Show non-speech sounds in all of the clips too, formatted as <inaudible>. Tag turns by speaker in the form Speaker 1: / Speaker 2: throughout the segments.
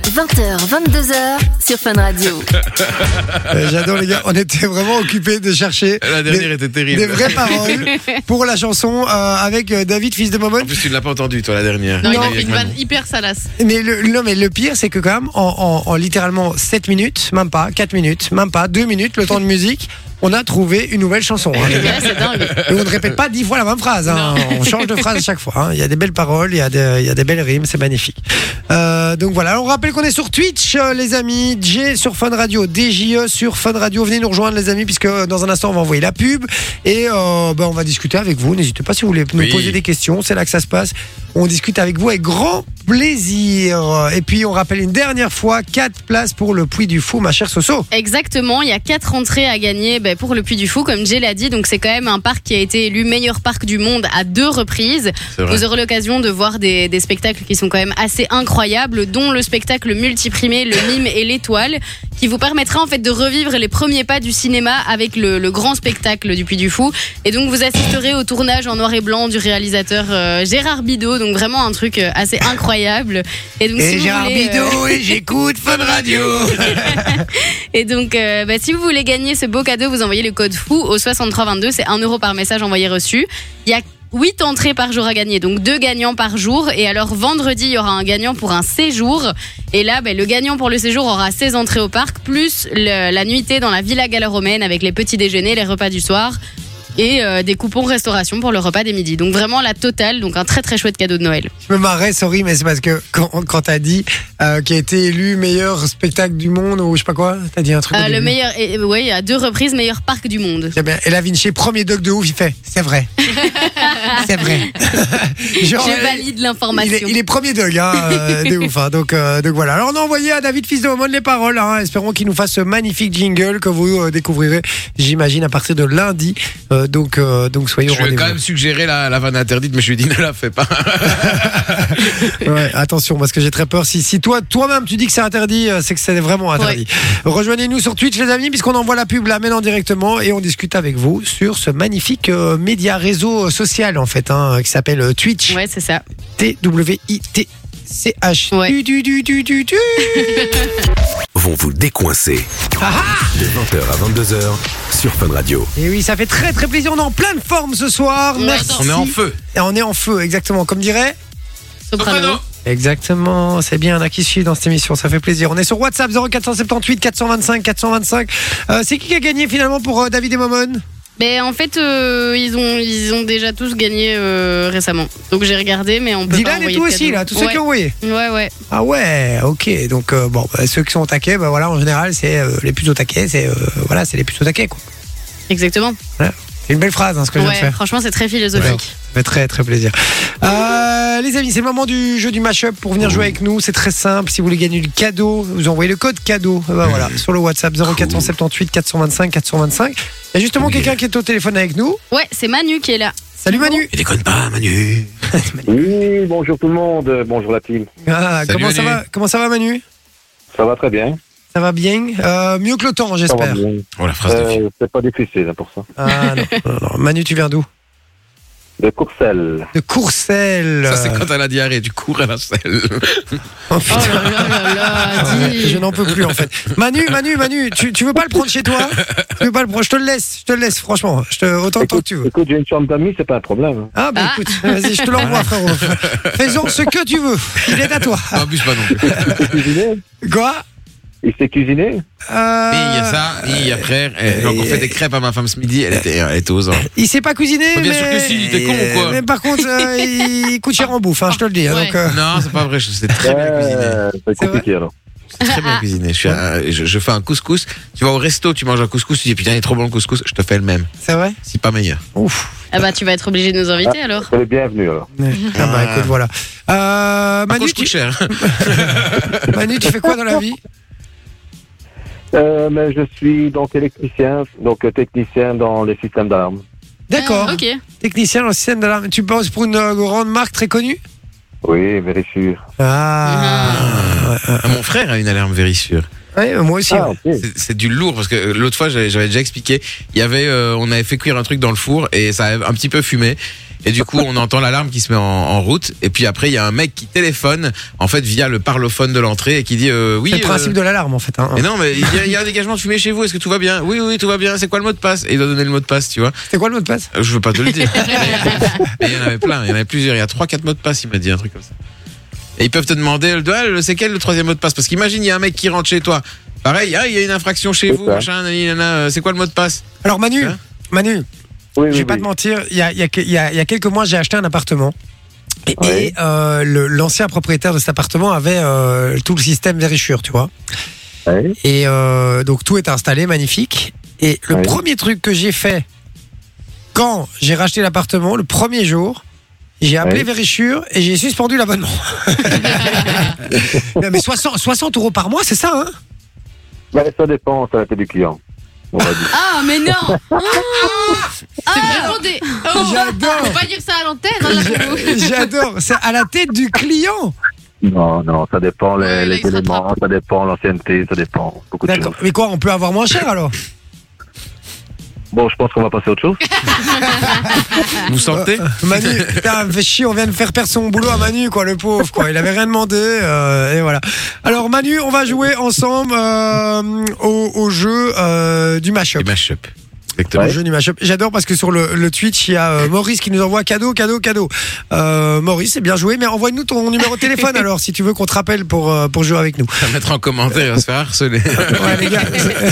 Speaker 1: 20h, 22h sur Fun Radio.
Speaker 2: Euh, J'adore les gars, on était vraiment occupés de chercher
Speaker 3: La dernière était terrible.
Speaker 2: des vraies paroles pour la chanson euh, avec euh, David fils de Momon.
Speaker 3: En plus, tu ne l'as pas entendu, toi, la dernière.
Speaker 4: Non, il a
Speaker 3: Avec
Speaker 4: fait une
Speaker 3: Manon.
Speaker 4: vanne hyper salace.
Speaker 2: Mais le, non, mais le pire, c'est que quand même, en, en- en littéralement 7 minutes, même pas, 4 minutes, même pas, 2 minutes, le temps de musique, on a trouvé une nouvelle chanson. hein, les gars.
Speaker 4: <laughs> Ouais, c'est dingue.
Speaker 2: Et on ne répète pas 10 fois la même phrase. hein. On change de phrase à chaque fois. hein. Il y a des belles paroles, il y a, des- il y a des belles rimes, c'est magnifique. Euh, donc voilà, Alors, on rappelle qu'on est sur Twitch, euh, les amis. J sur Fun Radio, DJE sur Fun Radio. Venez nous rejoindre, les amis, puisque euh, dans un instant, on va envoyer la pub. Et euh, ben, on va discuter avec vous. N'hésitez pas si vous voulez nous
Speaker 3: Oui.
Speaker 2: poser des questions. C'est là que ça se passe. On discute avec vous avec grand plaisir. Et puis, on rappelle une dernière fois 4 places pour le Puy du Fou, ma chère Soso.
Speaker 4: Exactement, il y a quatre entrées à gagner ben, pour le Puy du Fou, comme Jay l'a dit. Donc c'est quand même un parc qui a été élu meilleur parc du monde à deux reprises.
Speaker 3: C'est vrai.
Speaker 4: Vous aurez l'occasion de voir des, des spectacles qui sont quand même assez incroyables, dont le spectacle multiprimé, le mime et l'étoile, qui vous permettra en fait de revivre les premiers pas du cinéma avec le, le grand spectacle du Puy du Fou. Et donc vous assisterez au tournage en noir et blanc du réalisateur euh, Gérard Bideau, donc vraiment un truc euh, assez incroyable. Et donc si vous voulez, euh,
Speaker 2: et j'écoute Fun Radio.
Speaker 4: et donc, euh, bah, si vous voulez gagner ce beau cadeau, vous envoyez le code FOU au 6322. C'est 1 euro par message envoyé reçu. Il y a 8 entrées par jour à gagner, donc deux gagnants par jour. Et alors, vendredi, il y aura un gagnant pour un séjour. Et là, bah, le gagnant pour le séjour aura 16 entrées au parc, plus le- la nuitée dans la Villa Gallo-Romaine avec les petits déjeuners, les repas du soir. Et euh, des coupons restauration pour le repas des midis. Donc vraiment la totale, donc un très très chouette cadeau de Noël.
Speaker 2: Je me marrais, sorry, mais c'est parce que quand, quand t'as dit euh, qui a été élu meilleur spectacle du monde ou je sais pas quoi, t'as dit un truc. au
Speaker 4: Euh, le
Speaker 2: début.
Speaker 4: meilleur, et, et- ouais, à deux reprises meilleur parc du monde.
Speaker 2: C'est bien. Et la Vinci, premier doc de ouf, il fait c'est vrai.
Speaker 4: <laughs>
Speaker 2: c'est vrai. Genre,
Speaker 4: Je valide
Speaker 2: euh, Il
Speaker 4: l'information.
Speaker 2: est, il est premier dog, hein, euh, de ouf. hein. donc, euh, donc voilà. Alors on a envoyé à David Fils de Momone les paroles. hein. espérons qu'il nous fasse ce magnifique jingle que vous euh, découvrirez, j'imagine, à partir de lundi. Euh, donc, euh, donc soyez au
Speaker 3: Je vais
Speaker 2: rendez-vous.
Speaker 3: quand même suggérer la, la vanne interdite, mais je lui ai dit <laughs> ne la fais pas.
Speaker 2: Ouais, attention, parce que j'ai très peur. Si, si toi, toi-même, tu dis que c'est interdit, euh, c'est que c'est vraiment interdit. Rejoignez-nous sur Twitch, les amis, puisqu'on envoie la pub là maintenant directement et on discute avec vous sur ce magnifique euh, média réseau euh, social, en fait, hein, qui s'appelle euh, Twitch.
Speaker 4: Ouais, c'est ça.
Speaker 2: T-W-I-T-C-H.
Speaker 4: Ouais.
Speaker 2: Du, du, du, du,
Speaker 4: <laughs>
Speaker 2: du, du.
Speaker 5: vont vous décoincer. De 20h à 22h sur Fun Radio.
Speaker 2: Et oui, ça fait très très plaisir. On est en pleine forme ce soir.
Speaker 4: Ouais,
Speaker 2: Merci.
Speaker 3: On est en feu.
Speaker 2: Et on est en feu, exactement. Comme dirait.
Speaker 4: Soprano.
Speaker 2: Exactement, c'est bien, on a qui suit dans cette émission, ça fait plaisir. On est sur WhatsApp 0478 425 425. Euh, c'est qui qui a gagné finalement pour euh, David et Momon
Speaker 4: Ben en fait, euh, ils, ont, ils ont déjà tous gagné euh, récemment. Donc j'ai regardé, mais on peut
Speaker 2: Dylan et
Speaker 4: pas envoyer
Speaker 2: tout
Speaker 4: de
Speaker 2: aussi,
Speaker 4: cadeaux.
Speaker 2: là, tous ceux
Speaker 4: ouais.
Speaker 2: qui ont envoyé.
Speaker 4: Ouais, ouais.
Speaker 2: Ah ouais, ok, donc euh, bon, bah, ceux qui sont au taquet, bah, voilà, en général, c'est euh, les plus au taquet, c'est euh, voilà, c'est les plus au taquet. quoi.
Speaker 4: Exactement.
Speaker 2: C'est une belle phrase, hein, ce que je viens de
Speaker 4: Ouais,
Speaker 2: faire.
Speaker 4: franchement, c'est très philosophique.
Speaker 2: Ça fait très très plaisir. Euh, les amis, c'est le moment du jeu du mashup pour venir jouer avec nous. C'est très simple. Si vous voulez gagner le cadeau, vous envoyez le code cadeau. Eh ben voilà, sur le WhatsApp 0478 425 425. Il y a justement quelqu'un qui est au téléphone avec nous.
Speaker 4: Ouais, c'est Manu qui est là.
Speaker 2: Salut Manu.
Speaker 3: Et déconne pas, Manu.
Speaker 6: Oui, bonjour tout le monde, bonjour la team.
Speaker 2: Ah,
Speaker 3: Salut,
Speaker 2: comment ça
Speaker 3: Manu.
Speaker 2: va Comment ça va Manu
Speaker 6: Ça va très bien.
Speaker 2: Ça va bien Euh, Mieux que le temps,
Speaker 6: Ça va
Speaker 2: j'espère.
Speaker 6: bien.
Speaker 3: Oh, la phrase de fille.
Speaker 6: Euh, c'est pas difficile hein, pour ça.
Speaker 2: Ah, non, non, non. Manu, tu viens d'où
Speaker 6: Le Courcelles.
Speaker 2: De Courcelles. <laughs>
Speaker 3: Ça, c'est quand t'as la diarrhée, tu cours à la selle.
Speaker 2: Oh, putain.
Speaker 4: Oh là là là là, dis.
Speaker 2: Je n'en peux plus en fait. Manu, Manu, Manu, tu, tu veux pas le prendre chez toi Tu veux pas le prendre Je te le laisse, je te le laisse, franchement. Je te, autant de temps que tu veux.
Speaker 6: écoute, j'ai une chambre d'amis, c'est pas un
Speaker 3: <laughs>
Speaker 6: problème. hein.
Speaker 2: Ah bah
Speaker 4: Ah.
Speaker 2: écoute, vas-y, je te l'envoie frérot. <laughs> Fais-en ce que tu veux. Il est à toi.
Speaker 3: Ah, Abuse pas non plus.
Speaker 6: Il s'est cuisiné.
Speaker 2: Quoi
Speaker 6: Il s'est cuisiné.
Speaker 2: Euh,
Speaker 3: Il y a ça, il y a frère. Eh, J'ai encore fait des crêpes à ma femme ce midi, elle était, elle était aux anges.
Speaker 2: Il s'est pas cuisiné,
Speaker 3: Mais bien sûr
Speaker 2: mais-
Speaker 3: que si, il était con ou quoi
Speaker 2: Mais par contre, euh, il coûte cher en bouffe, hein, je te le dis. hein,
Speaker 4: Ouais.
Speaker 2: donc, euh,
Speaker 3: Non, c'est pas vrai, je- c'est très bien cuisiné.
Speaker 6: Euh, c'est compliqué alors.
Speaker 3: C'est très bien cuisiné. Je, suis un- je, je fais un couscous. Tu vas au resto, tu manges un couscous, tu dis putain, il est trop bon le couscous, je te fais le même.
Speaker 2: c'est vrai
Speaker 3: Si pas meilleur.
Speaker 2: Ouf.
Speaker 4: Ah bah, tu vas être obligé de nous inviter alors.
Speaker 6: Vous êtes les bienvenus alors.
Speaker 2: Ouais. Ah bah écoute, voilà. Euh,
Speaker 3: Par
Speaker 2: Manu,
Speaker 3: contre, je coûte
Speaker 2: tu,
Speaker 3: cher.
Speaker 2: Manu, tu fais quoi dans la <laughs> vie
Speaker 6: Euh, mais je suis donc électricien, donc euh, technicien dans les systèmes d'alarme.
Speaker 2: D'accord.
Speaker 4: Ah, ok.
Speaker 2: Technicien dans le système d'alarme. Tu bosses pour une euh, grande marque très connue
Speaker 6: Oui, vérifié.
Speaker 2: Ah.
Speaker 3: Ah, Mon frère a une alarme Vérissure.
Speaker 2: Ouais, moi aussi.
Speaker 6: Ah,
Speaker 2: ouais.
Speaker 6: ok.
Speaker 3: C'est- C'est du lourd parce que euh, l'autre fois j'avais j'avais déjà expliqué, il y avait euh, on avait fait cuire un truc dans le four et ça avait un petit peu fumé et du coup on entend l'alarme qui se met en, en route et puis après il y a un mec qui téléphone en fait via le parlophone de l'entrée et qui dit euh, oui
Speaker 2: C'est le
Speaker 3: euh,
Speaker 2: principe de l'alarme en fait. hein.
Speaker 3: mais non mais il y, a- il y a un dégagement de fumée chez vous est-ce que tout va bien oui oui tout va bien c'est quoi le mot de passe et il doit donner le mot de passe tu vois
Speaker 2: C'était quoi le mot de passe
Speaker 3: Euh, je veux pas te le dire mais il y en avait plein il y en avait plusieurs il y a trois quatre mots de passe il m'a dit un truc comme ça et ils peuvent te demander le doigt c'est quel le troisième mot de passe parce qu'imagine il y a un mec qui rentre chez toi Pareil, ah, il y a une infraction chez
Speaker 6: C'est
Speaker 3: vous,
Speaker 6: ça.
Speaker 3: machin, nanani, nana, euh, c'est quoi le mot de passe
Speaker 2: Alors Manu,
Speaker 3: Hein
Speaker 2: Manu,
Speaker 6: Oui,
Speaker 2: je
Speaker 6: oui,
Speaker 2: vais pas
Speaker 6: oui.
Speaker 2: te mentir, il y a, il y a que- il y a- il y a quelques mois j'ai acheté un appartement. Et,
Speaker 6: Ouais.
Speaker 2: et, euh, le- l'ancien propriétaire de cet appartement avait euh, tout le système vérichure, tu vois.
Speaker 6: Ouais.
Speaker 2: Et euh, donc tout est installé, magnifique. Et le
Speaker 6: Ouais.
Speaker 2: premier truc que j'ai fait quand j'ai racheté l'appartement, le premier jour, j'ai appelé
Speaker 6: Ouais.
Speaker 2: Vérichure et j'ai suspendu
Speaker 6: <laughs>
Speaker 2: l'abonnement. Non, mais 60, 60 euros par mois, c'est ça,
Speaker 6: <laughs>
Speaker 2: hein
Speaker 6: Bah, ça dépend, ça dépend du client. On va dire.
Speaker 4: Ah, mais non
Speaker 7: C'est vraiment des. Oh,
Speaker 2: J'adore.
Speaker 7: Faut pas dire ça à l'antenne. hein, j'avoue.
Speaker 2: J'adore, c'est à la tête du client.
Speaker 6: Non, non, ça dépend les,
Speaker 7: Ouais, là,
Speaker 6: les
Speaker 7: il se
Speaker 6: éléments, ça dépend l'ancienneté, ça dépend beaucoup de
Speaker 2: D'accord.
Speaker 6: choses.
Speaker 2: Mais quoi, on peut avoir moins cher alors
Speaker 6: Bon, je pense qu'on va passer à autre chose.
Speaker 7: <laughs>
Speaker 3: Vous sentez
Speaker 2: Manu, putain, me fait chier, on vient de faire perdre son boulot à Manu, quoi, le pauvre, quoi. Il avait rien demandé, euh, et voilà. Alors, Manu, on va jouer ensemble euh, au, au jeu euh, du mashup.
Speaker 3: Du mashup.
Speaker 2: Le
Speaker 3: ben, Exactement.
Speaker 2: jeu du mashup. J'adore parce que sur le, le Twitch, il y a euh, Maurice qui nous envoie cadeau, cadeau, cadeau. Euh, Maurice, c'est bien joué, mais envoie-nous ton numéro de téléphone alors, si tu veux qu'on te rappelle pour, euh, pour jouer avec nous.
Speaker 3: À mettre en commentaire, à se faire harceler.
Speaker 2: Ouais, les gars,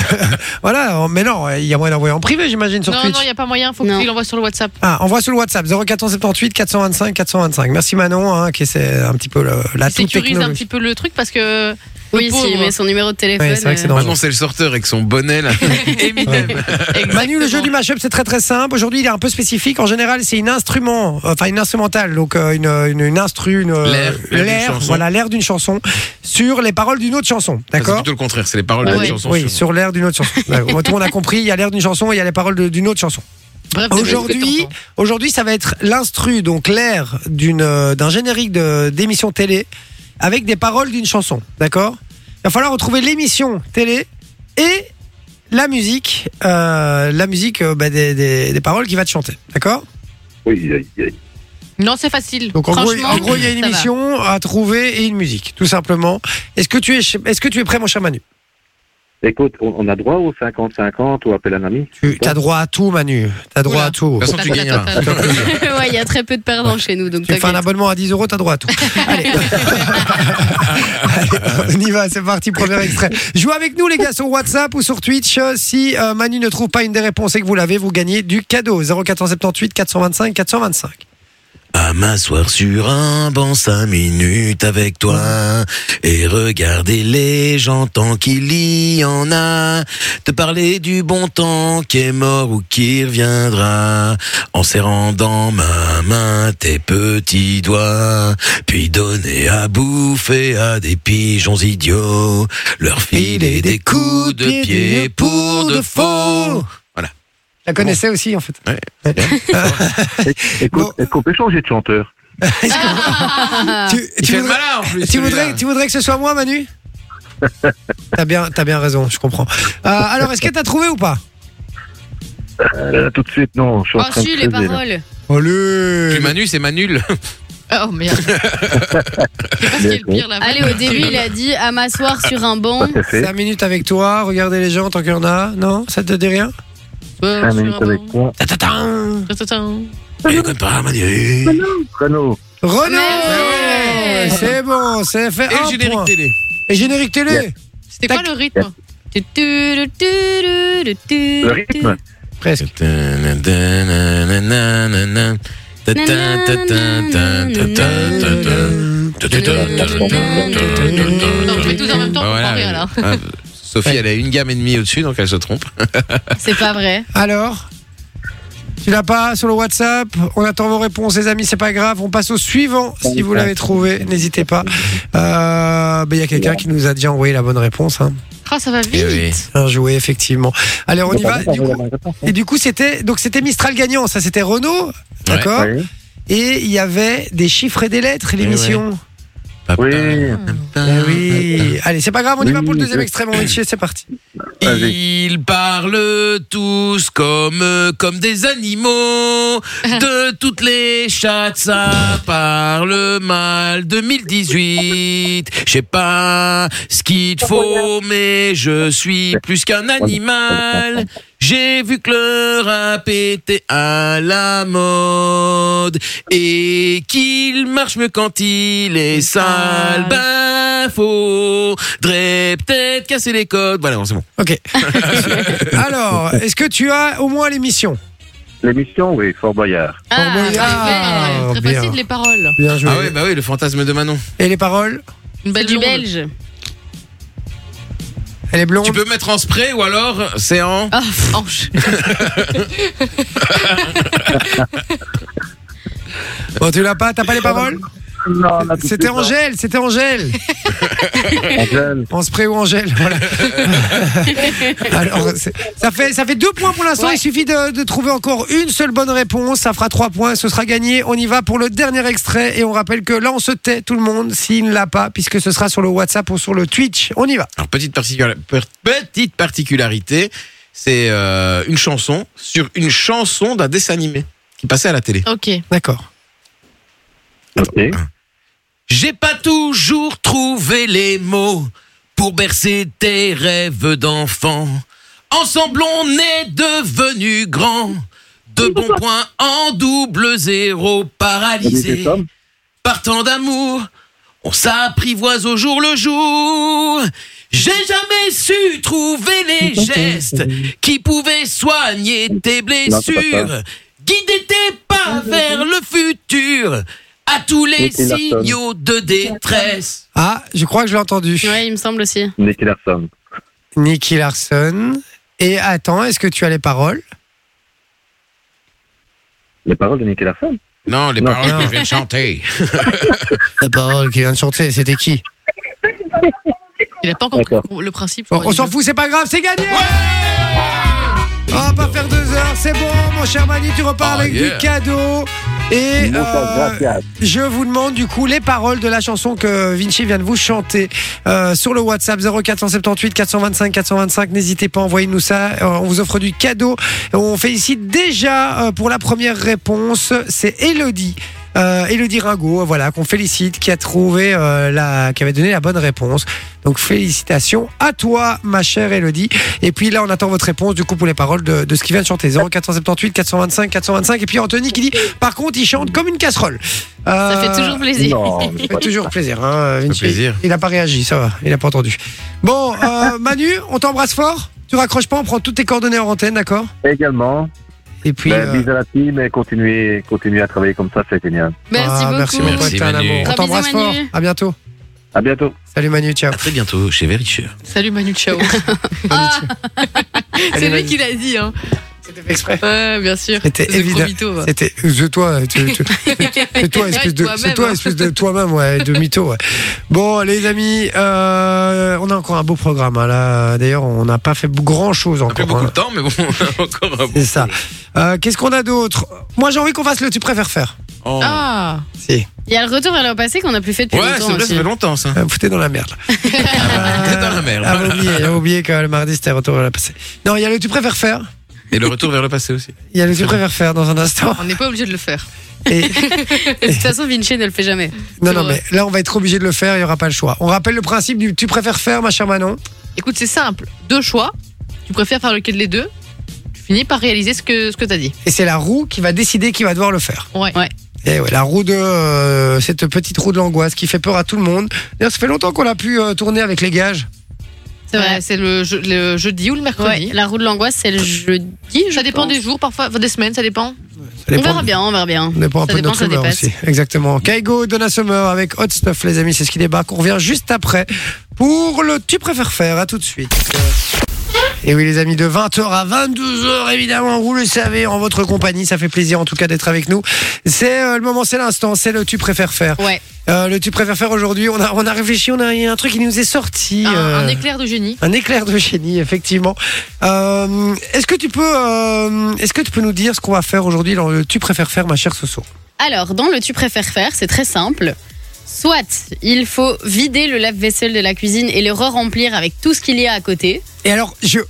Speaker 2: <laughs> voilà, on- mais non, il y a moyen d'envoyer en privé, j'imagine, sur
Speaker 7: Non,
Speaker 2: Twitch.
Speaker 7: non, il n'y a pas moyen. Faut
Speaker 4: Non.
Speaker 7: qu'il envoie sur le WhatsApp.
Speaker 2: Ah, envoie sur le WhatsApp 0478 425 425. Merci Manon, hein, qui c'est un petit peu le- la toute
Speaker 7: Sécurise un
Speaker 2: technologie.
Speaker 7: petit peu le truc parce que.
Speaker 4: Oui,
Speaker 7: le pauvre.
Speaker 4: si, mais son numéro de téléphone.
Speaker 2: Ouais, c'est vrai que c'est
Speaker 4: euh,
Speaker 2: dangereux.
Speaker 3: Maintenant, c'est le sorteur avec son bonnet là.
Speaker 2: Ouais. Manu, le jeu du mashup, c'est très très simple. Aujourd'hui, il est un peu spécifique. En général, c'est une instrument, enfin une instrumentale, donc euh, une, une, une instru, une, euh,
Speaker 3: L'air, l'air d'une
Speaker 2: l'air,
Speaker 3: chanson. Ah,
Speaker 2: voilà, l'air d'une chanson sur les paroles d'une autre chanson.
Speaker 3: C'est
Speaker 2: D'accord
Speaker 3: plutôt le contraire, c'est les paroles de la
Speaker 7: Ouais.
Speaker 3: chanson.
Speaker 2: Oui,
Speaker 3: sûrement.
Speaker 2: sur l'air d'une autre chanson. Ouais, Tout le monde a compris, il y a l'air d'une chanson et il y a les paroles de- d'une autre chanson.
Speaker 7: Bref, c'est ce que
Speaker 2: Aujourd'hui,
Speaker 7: t'entends.
Speaker 2: aujourd'hui, ça va être l'instru, donc l'air d'une euh, d'un générique de d'émission télé avec des paroles d'une chanson, d'accord Il va falloir retrouver l'émission télé et la musique, euh, la musique euh, bah, des, des, des paroles qui va te chanter, d'accord
Speaker 6: Oui, aïe, aïe.
Speaker 7: Non, c'est facile.
Speaker 2: Donc en gros,
Speaker 7: Franchement,
Speaker 2: en gros, il y a une
Speaker 7: ça va.
Speaker 2: émission à trouver et une musique, tout simplement. Est-ce que tu es est-ce que tu es prêt, mon cher Manu
Speaker 6: Écoute, on, on a droit au 50-50 ou appel à un ami
Speaker 2: Tu as droit à tout, Manu. T'as droit
Speaker 7: Oula.
Speaker 2: à tout.
Speaker 3: De toute façon, tu
Speaker 7: La
Speaker 3: gagneras.
Speaker 7: totale.
Speaker 4: <laughs> ouais, il y a très peu de perdants chez nous, donc
Speaker 2: Tu me fais un
Speaker 4: t'inquiète.
Speaker 2: abonnement à 10 euros, t'as droit à tout. Allez. Allez, on y va, c'est parti, premier extrait. Jouez avec nous, les gars, sur WhatsApp ou sur Twitch. Euh, Si euh, Manu ne trouve pas une des réponses et que vous l'avez, vous gagnez du cadeau. 0478 425 425.
Speaker 8: À m'asseoir sur un banc cinq minutes avec toi et regarder les gens tant qu'il y en a. Te parler du bon temps qui est mort ou qui reviendra en serrant dans ma main tes petits doigts. Puis donner à bouffer à des pigeons idiots, leur filer des coups de pied pour de faux.
Speaker 3: Voilà.
Speaker 2: La connaissais aussi, en fait.
Speaker 6: Écoute, est-ce qu'on peut changer de chanteur
Speaker 2: Est-ce que- tu,
Speaker 3: Il
Speaker 2: tu
Speaker 3: fait le
Speaker 2: voudrais,
Speaker 3: malin en plus.
Speaker 2: tu,
Speaker 3: celui-là.
Speaker 2: voudrais, tu voudrais que ce soit moi,
Speaker 8: <laughs>
Speaker 2: Manu T'as bien, t'as bien raison, je comprends. Euh, alors, est-ce que t'as trouvé ou pas
Speaker 6: Euh, Tout de suite, non, je suis en
Speaker 4: Ah,
Speaker 6: train de
Speaker 4: si, les
Speaker 6: creuser, là.
Speaker 4: paroles.
Speaker 3: Puis
Speaker 2: Allez
Speaker 3: Manu, c'est Manul.
Speaker 7: Oh
Speaker 2: <laughs>
Speaker 7: merde. Je sais pas ce qui est le pire là.
Speaker 4: Allez, au début, il a dit à m'asseoir sur un banc.
Speaker 6: Ça c'est fait.
Speaker 2: 5 minutes avec toi, regardez les gens tant qu'il y en a. Non Ça te dit rien
Speaker 7: Ouais,
Speaker 6: 5
Speaker 7: je suis
Speaker 6: minutes
Speaker 7: un
Speaker 6: avec
Speaker 7: bon.
Speaker 6: toi.
Speaker 2: Ta-ta-tan
Speaker 7: Attends,
Speaker 8: Et comme par Manu.
Speaker 6: Renaud,
Speaker 2: Renaud Ah
Speaker 7: Ouais
Speaker 2: C'est bon, c'est fait
Speaker 3: Et
Speaker 2: un
Speaker 3: le générique
Speaker 2: point.
Speaker 3: télé.
Speaker 2: Et générique télé
Speaker 6: Yeah.
Speaker 7: C'était quoi le rythme
Speaker 4: Tu, tu, tu, tu, tu, tu,
Speaker 6: le
Speaker 4: tu.
Speaker 6: rythme
Speaker 2: Presque. Euh,
Speaker 7: Non, je mets tous en même temps,
Speaker 3: Bah
Speaker 7: on
Speaker 3: voilà.
Speaker 7: comprend rien là.
Speaker 3: Ah, Sophie, elle a une gamme et demie au-dessus, donc elle se trompe.
Speaker 4: C'est pas vrai.
Speaker 2: Alors Tu l'as pas sur le WhatsApp On attend vos réponses, les amis, c'est pas grave. On passe au suivant si vous l'avez trouvé, n'hésitez pas. Euh, ben, Il y a quelqu'un qui nous a déjà envoyé la bonne réponse. Hein.
Speaker 7: Ah, ça va vite.
Speaker 3: Eh oui.
Speaker 2: Bien joué, effectivement. Allez, on y va. Du coup- et du coup, c'était donc c'était Mistral gagnant, ça c'était Renault, d'accord
Speaker 6: Oui.
Speaker 3: Eh
Speaker 2: Et il y avait des chiffres et des lettres, l'émission.
Speaker 6: Oui.
Speaker 3: Ben
Speaker 2: Eh
Speaker 3: Ah,
Speaker 2: oui. Allez, c'est pas grave, on y va pour le
Speaker 6: Oui,
Speaker 2: deuxième
Speaker 6: oui.
Speaker 2: extrême, on chez, c'est parti.
Speaker 6: Vas-y.
Speaker 3: Ils parlent tous comme, comme des animaux. De toutes les chattes, ça parle mal. 2018, je sais pas ce qu'il te faut, mais je suis plus qu'un animal. J'ai vu que le rap était à la mode et qu'il marche mieux quand il est sale. Ben, faudrait peut-être casser les codes. Voilà, non, c'est bon.
Speaker 2: Ok. <laughs> Alors, est-ce que tu as au moins l'émission
Speaker 6: L'émission, oui, Fort Boyard.
Speaker 2: Ah,
Speaker 7: Ah,
Speaker 2: Boyard,
Speaker 7: très
Speaker 2: bien.
Speaker 7: facile les paroles.
Speaker 2: Bien joué.
Speaker 9: Ah ouais, bah oui, le fantasme de Manon.
Speaker 2: Et les paroles
Speaker 7: Une belle
Speaker 4: Du
Speaker 7: blonde.
Speaker 4: belge.
Speaker 2: Elle est blonde
Speaker 9: Tu peux mettre en spray ou alors c'est en.
Speaker 4: Oh, ange.
Speaker 2: Bon, tu l'as pas T'as pas les paroles
Speaker 6: Non, on a tout
Speaker 2: C'était
Speaker 6: de suite, hein.
Speaker 2: Angèle, c'était Angèle
Speaker 6: Angèle.
Speaker 2: En spray ou Angèle, voilà. Alors, c'est- ça fait, ça fait deux points pour l'instant. Il suffit de, de trouver encore une seule bonne réponse. Ça fera trois points. Ce sera gagné. On y va pour le dernier extrait. Et on rappelle que là, on se tait tout le monde s'il ne l'a pas, puisque ce sera sur le WhatsApp ou sur le Twitch. On y va.
Speaker 9: Alors, petite, particula- per- petite particularité, c'est euh, une chanson sur une chanson d'un dessin animé qui passait à la télé.
Speaker 7: Ok.
Speaker 2: D'accord.
Speaker 6: Ok.
Speaker 3: J'ai pas toujours trouvé les mots pour bercer tes rêves d'enfant. Ensemble, on est devenus grands. De bons points en double zéro
Speaker 6: Olivier
Speaker 3: paralysé.
Speaker 6: Tom.
Speaker 3: Par tant d'amour, on s'apprivoise au jour le jour. J'ai jamais su trouver les gestes qui pouvaient soigner tes blessures, guider tes pas vers le futur, à tous les
Speaker 6: Nicky Larson.
Speaker 3: signaux de détresse.
Speaker 2: Ah, je crois que je l'ai entendu.
Speaker 4: Ouais, il me semble aussi.
Speaker 6: Nicky Larson.
Speaker 2: Nicky Larson. Et attends, est-ce que tu as les paroles
Speaker 6: Les paroles de Nicky Larson.
Speaker 9: Non, les
Speaker 6: Non.
Speaker 9: paroles que je viens de chanter.
Speaker 2: La parole qui vient de chanter, c'était qui
Speaker 7: Il a pas encore
Speaker 6: D'accord.
Speaker 7: compris le principe.
Speaker 2: Bon, on s'en fout, c'est pas grave, c'est gagné On va pas faire deux heures, c'est bon, mon cher Mani, tu repars
Speaker 9: Oh,
Speaker 2: avec
Speaker 9: yeah.
Speaker 2: du cadeau. Et euh,
Speaker 6: Muchas gracias.
Speaker 2: je vous demande du coup les paroles de la chanson que Vinci vient de vous chanter euh, sur le WhatsApp 0478 425 425. N'hésitez pas, envoyez-nous ça. Euh, on vous offre du cadeau. On félicite déjà euh, pour la première réponse, c'est Elodie. Euh, Elodie Ringot, euh, voilà, qu'on félicite, qui a trouvé euh, la, qui avait donné la bonne réponse. Donc félicitations à toi, ma chère Elodie. Et puis là, on attend votre réponse du coup pour les paroles de, de ce qui vient de chanter 0478 425 425. Et puis Anthony qui dit, par contre, il chante comme une casserole. Euh,
Speaker 4: Ça fait toujours plaisir.
Speaker 6: Non, mais
Speaker 2: ça <laughs> fait toujours plaisir. hein, Vinci.
Speaker 9: plaisir.
Speaker 2: Il n'a pas réagi, ça va, il n'a pas entendu. Bon, euh, Manu, on t'embrasse fort. Tu raccroches pas, on prend toutes tes coordonnées en antenne, d'accord
Speaker 6: Également,
Speaker 2: Et puis.
Speaker 6: ben,
Speaker 2: euh,
Speaker 6: bisous à la team et continuez, continuez à travailler comme ça, c'est génial.
Speaker 7: Merci
Speaker 2: ah,
Speaker 7: beaucoup.
Speaker 2: Merci, mon pote,
Speaker 9: Merci,
Speaker 2: t'es un
Speaker 9: Manu.
Speaker 2: amour. On
Speaker 4: Gros
Speaker 2: t'embrasse
Speaker 4: bisous,
Speaker 2: fort.
Speaker 4: Manu.
Speaker 2: À bientôt.
Speaker 6: À bientôt.
Speaker 2: Salut Manu, ciao.
Speaker 3: très bientôt chez Vericheur.
Speaker 7: Salut Manu Chao. C'est lui qui l'a dit. Hein.
Speaker 2: C'était fait exprès.
Speaker 7: Ouais, bien sûr.
Speaker 2: C'était
Speaker 7: The
Speaker 2: évident.
Speaker 7: gros mytho, va.
Speaker 2: C'était c'est toi, tu- tu- c'est toi, espèce de,
Speaker 7: Toi-même,
Speaker 2: c'est toi,
Speaker 7: hein.
Speaker 2: espèce de toi-même, ouais, de mytho. ouais. Bon, les amis, euh, on a encore un beau programme. hein, là, d'ailleurs, on n'a pas fait grand chose
Speaker 9: On a plus
Speaker 2: encore.
Speaker 9: beaucoup
Speaker 2: hein.
Speaker 9: de temps, mais bon, on a encore
Speaker 3: Ah,
Speaker 9: un peu.
Speaker 2: C'est ça. Euh, Qu'est-ce qu'on a d'autre Moi, j'ai envie qu'on fasse le. Tu préfères faire
Speaker 9: Oh.
Speaker 7: Ah,
Speaker 2: Si.
Speaker 4: Il y a le retour vers le passé qu'on n'a plus fait depuis
Speaker 9: Ouais, c'est
Speaker 4: longtemps.
Speaker 9: vrai, ça
Speaker 4: aussi.
Speaker 9: fait longtemps ça.
Speaker 2: Euh, foutez dans la merde. là.
Speaker 7: <laughs>
Speaker 9: T'es dans la
Speaker 2: Ah,
Speaker 9: merde.
Speaker 2: J'avais oublié, j'avais oublié que le mardi c'était retour à la passée. Non, il y a le. Tu préfères faire.
Speaker 9: Et le retour vers le passé aussi.
Speaker 2: Il y a le. Tu préfères faire dans un
Speaker 7: <laughs>
Speaker 2: instant.
Speaker 7: <laughs> on n'est pas obligé de le faire.
Speaker 2: Et
Speaker 4: De toute façon, Vinci ne le fait jamais.
Speaker 2: Non,
Speaker 7: C'est
Speaker 2: non, mais
Speaker 7: vrai.
Speaker 2: là, on va être obligé de le faire, il n'y aura pas le choix. On rappelle le principe du tu préfères faire, ma chère Manon
Speaker 7: Écoute, c'est simple. Deux choix. Tu préfères faire lequel des deux Tu finis par réaliser ce que, ce que t'as dit.
Speaker 2: Et c'est la roue qui va décider qui va devoir le faire.
Speaker 7: Ouais.
Speaker 2: Et ouais, la roue de. euh, cette petite roue de l'angoisse qui fait peur à tout le monde. D'ailleurs, ça fait longtemps qu'on a pu euh, tourner avec les gages.
Speaker 7: C'est vrai. C'est le, je- le jeudi ou le mercredi.
Speaker 4: Ouais, la roue de l'angoisse, c'est le jeudi. je
Speaker 7: Ça dépend
Speaker 4: pense.
Speaker 7: des jours, parfois, enfin, des semaines, ça dépend.
Speaker 2: Ça
Speaker 4: On
Speaker 2: dépend-
Speaker 4: verra bien, on verra bien.
Speaker 2: ça dépend un
Speaker 4: Ça
Speaker 2: peu de
Speaker 4: dépend,
Speaker 2: notre
Speaker 4: ça
Speaker 2: humeur
Speaker 4: dépasse.
Speaker 2: aussi. Exactement. Kaigo, Donna Summer avec Hot Stuff, les amis, c'est ce qui débarque. On revient juste après pour le Tu préfères faire. À tout de suite. Et oui, les amis, de 20h à 22h, évidemment, vous le savez, en votre compagnie. Ça fait plaisir, en tout cas, d'être avec nous. C'est euh, le moment, c'est l'instant, c'est le Tu préfères faire.
Speaker 7: Ouais.
Speaker 2: Euh, le Tu préfères faire aujourd'hui, on a, on a réfléchi, on a il y a un truc qui nous est sorti.
Speaker 7: Un,
Speaker 2: euh,
Speaker 7: un éclair de génie.
Speaker 2: un éclair de génie, effectivement. Euh, est-ce que tu peux, euh, est-ce que tu peux nous dire ce qu'on va faire aujourd'hui dans le Tu préfères faire, ma chère Soso
Speaker 4: Alors, dans le tu préfères faire, c'est très simple. Soit il faut vider le lave-vaisselle de la cuisine et le re-remplir avec tout ce qu'il y a à côté.
Speaker 2: Et alors, je. euh,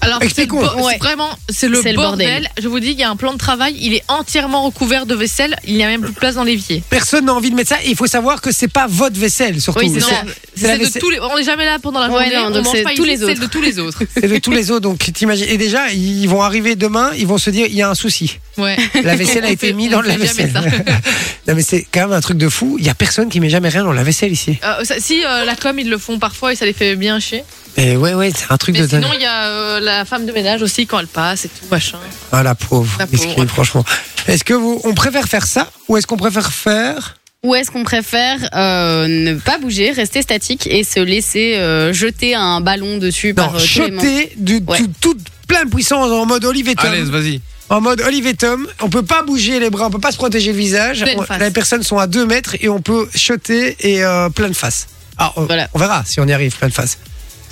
Speaker 7: Alors, c'est le
Speaker 2: Explique-moi.
Speaker 7: bo-
Speaker 4: Ouais.
Speaker 7: c'est vraiment, c'est le,
Speaker 4: C'est le
Speaker 7: bordel.
Speaker 4: bordel.
Speaker 7: Je vous dis, il y a un plan de travail, il est entièrement recouvert de vaisselle, il n'y a même plus de place dans l'évier.
Speaker 2: Personne n'a envie de mettre ça. Et il faut savoir que c'est pas votre vaisselle, surtout.
Speaker 4: Oui, c'est
Speaker 7: Non,
Speaker 4: ça.
Speaker 2: c'est la
Speaker 7: c'est de
Speaker 2: vaisselle-
Speaker 7: tous les- on n'est jamais là pendant la
Speaker 4: Ouais,
Speaker 7: journée,
Speaker 4: non,
Speaker 7: on
Speaker 4: donc
Speaker 7: mange
Speaker 4: c'est
Speaker 7: pas
Speaker 4: tous
Speaker 7: ici,
Speaker 4: les
Speaker 7: c'est
Speaker 4: autres.
Speaker 7: de tous les autres.
Speaker 2: C'est de tous les autres. Donc, t'imagines. Et déjà, ils vont arriver demain, ils vont se dire il y a un souci.
Speaker 7: Ouais.
Speaker 2: La vaisselle
Speaker 4: <laughs>
Speaker 2: a
Speaker 7: On
Speaker 2: été
Speaker 7: fait-
Speaker 2: mise
Speaker 7: on
Speaker 2: dans le
Speaker 7: fait jamais
Speaker 2: lave-vaisselle. <laughs> non, mais c'est quand même un truc de fou. Il y a personne qui met jamais rien dans la vaisselle ici.
Speaker 7: Euh, ça- si euh, la com, ils le font parfois et ça les fait bien chier.
Speaker 2: Et ouais, ouais, c'est un truc
Speaker 7: Mais
Speaker 2: de dingue.
Speaker 7: sinon, il y a euh, la femme de ménage aussi quand elle passe et tout, machin.
Speaker 2: Ah, la pauvre.
Speaker 7: La pauvre.
Speaker 2: Mesquine, franchement. Est-ce que vous, on préfère faire ça ou est-ce qu'on préfère faire
Speaker 4: Ou est-ce qu'on préfère euh, ne pas bouger, rester statique et se laisser euh, jeter un ballon dessus
Speaker 2: non,
Speaker 4: par euh, tous les membres
Speaker 2: shotter de
Speaker 4: Ouais.
Speaker 2: tout- toute pleine puissance en mode Olivier Tom.
Speaker 3: Allez, vas-y.
Speaker 2: En mode Olivier Tom, on peut pas bouger les bras, on peut pas se protéger le visage.
Speaker 7: Pleine
Speaker 2: On-
Speaker 7: face.
Speaker 2: les personnes sont à 2 mètres et on peut shotter et euh, pleine face. Ah, on,
Speaker 4: Voilà.
Speaker 2: on verra si on y arrive pleine face.